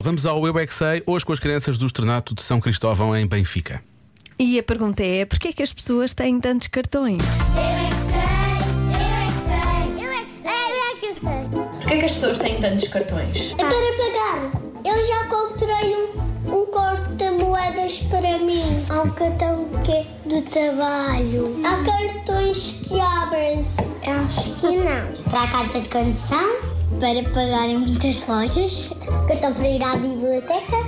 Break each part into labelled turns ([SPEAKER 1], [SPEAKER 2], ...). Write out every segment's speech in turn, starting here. [SPEAKER 1] Vamos ao Eu é Que Sei, hoje com as crianças do Externato de São Cristóvão em Benfica.
[SPEAKER 2] E a pergunta é: porquê que as pessoas têm tantos cartões?
[SPEAKER 3] Eu é que sei, eu é que sei, eu é que sei, eu é que sei.
[SPEAKER 4] Porquê é que as pessoas têm tantos cartões?
[SPEAKER 3] É para pagar. Eu já comprei um, um corta-moedas para mim. Há um cartão que é do trabalho. Há cartões que abrem-se. Acho que não. Será a carta de condução? Para pagar em muitas lojas. Cartão para ir à biblioteca.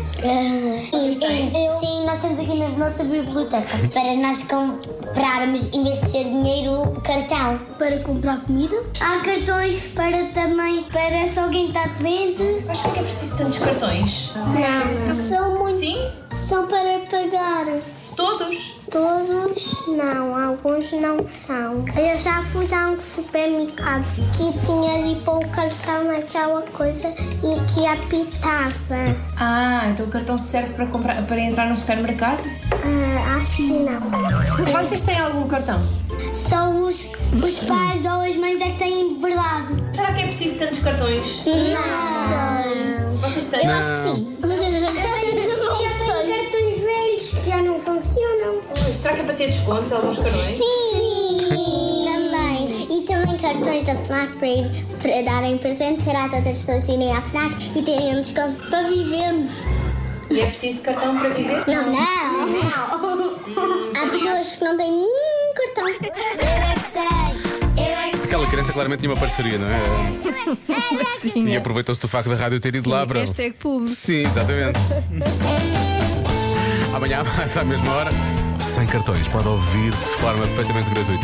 [SPEAKER 3] Sim, nós temos aqui na nossa biblioteca. Para nós comprarmos, em vez de ser dinheiro, o cartão. Para comprar comida. Há cartões para também, para se alguém está doente.
[SPEAKER 4] Mas porquê é preciso tantos cartões?
[SPEAKER 3] Não. São muito.
[SPEAKER 4] É. Sim?
[SPEAKER 3] São para pagar.
[SPEAKER 4] Todos?
[SPEAKER 3] Todos não, alguns não são. Eu já fui a um supermercado que tinha de pôr o cartão naquela coisa e que apitava.
[SPEAKER 4] Ah, então o cartão serve para, comprar, para entrar no supermercado?
[SPEAKER 3] Ah, acho que não.
[SPEAKER 4] Vocês têm algum cartão?
[SPEAKER 3] Só os, os pais ou as mães é que têm de verdade.
[SPEAKER 4] Será que é preciso tantos cartões?
[SPEAKER 3] Não.
[SPEAKER 4] Vocês têm?
[SPEAKER 3] Eu acho que sim. Eu tenho cartões velhos que já não funcionam.
[SPEAKER 4] Será que é para ter descontos alguns cartões?
[SPEAKER 3] Sim! Também! E também cartões da FNAC para, ir, para darem presente para as outras pessoas irem à FNAC e terem um desconto para vivermos.
[SPEAKER 4] E é preciso cartão para viver?
[SPEAKER 3] Não, não! Não! Há pessoas que não têm nenhum cartão. Eu é que sei! Eu é que sei!
[SPEAKER 1] Aquela criança claramente tinha uma parceria, não é?
[SPEAKER 3] Eu é que sei! Eu é que sei!
[SPEAKER 1] E aproveitou-se do facto da rádio ter ido lá, para.
[SPEAKER 2] Hashtag pub.
[SPEAKER 1] Sim, exatamente. Amanhã, mais à mesma hora, sem cartões, pode ouvir de forma perfeitamente gratuita.